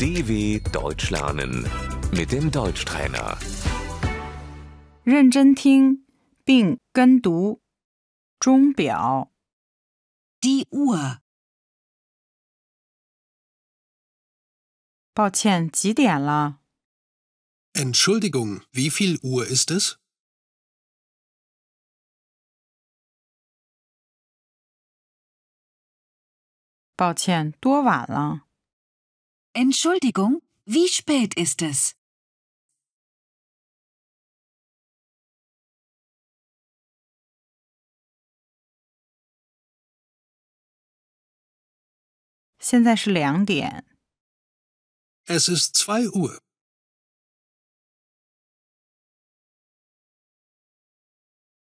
DW Deutsch lernen mit dem Deutschtrainer. 认真听并跟读钟表、 Die Uhr. 抱歉，几点了？ Entschuldigung, wie viel Uhr ist es? 抱歉，多晚了？ Entschuldigung, wie spät ist es? 现在是两点。 Es ist zwei Uhr.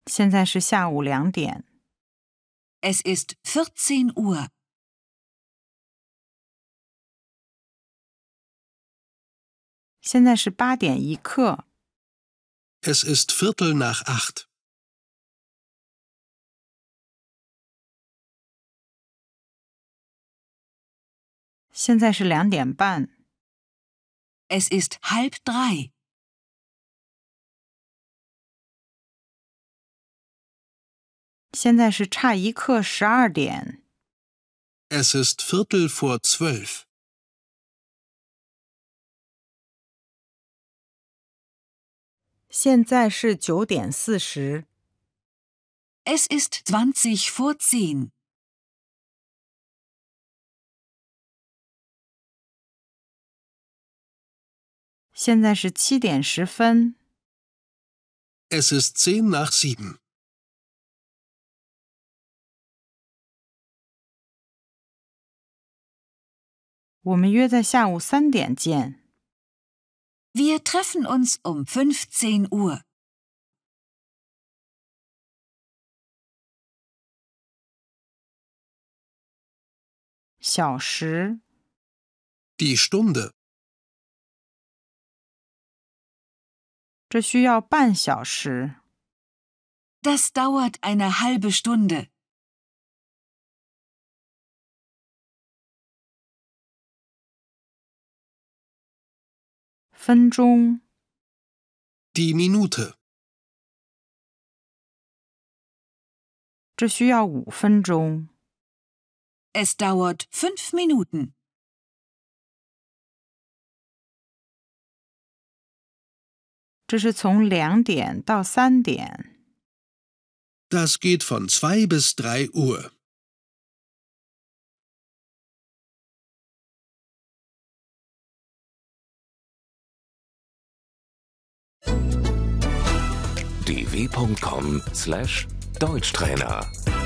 现在是下午两点。 Es ist 14 Uhr. 现在是八点一刻。 Es ist Viertel nach acht. 现在是两点半。 Es ist halb drei. 现在是差一刻十二点。 Es ist Viertel vor zwölf. 现在是九点四十。 Es ist 20 vor 10. 现在是七点十分。 Es ist zehn nach sieben. 我们约在下午三点见。 Wir treffen uns um 15 Uhr. 「小时」 Die Stunde. 这需要半小时。 Das dauert eine halbe Stunde. 分钟、 Die Minute. 这需要五分钟。 Es dauert fünf Minuten. 这是从两点到三点。 Das geht von zwei bis drei Uhr. dw.com/deutschtrainer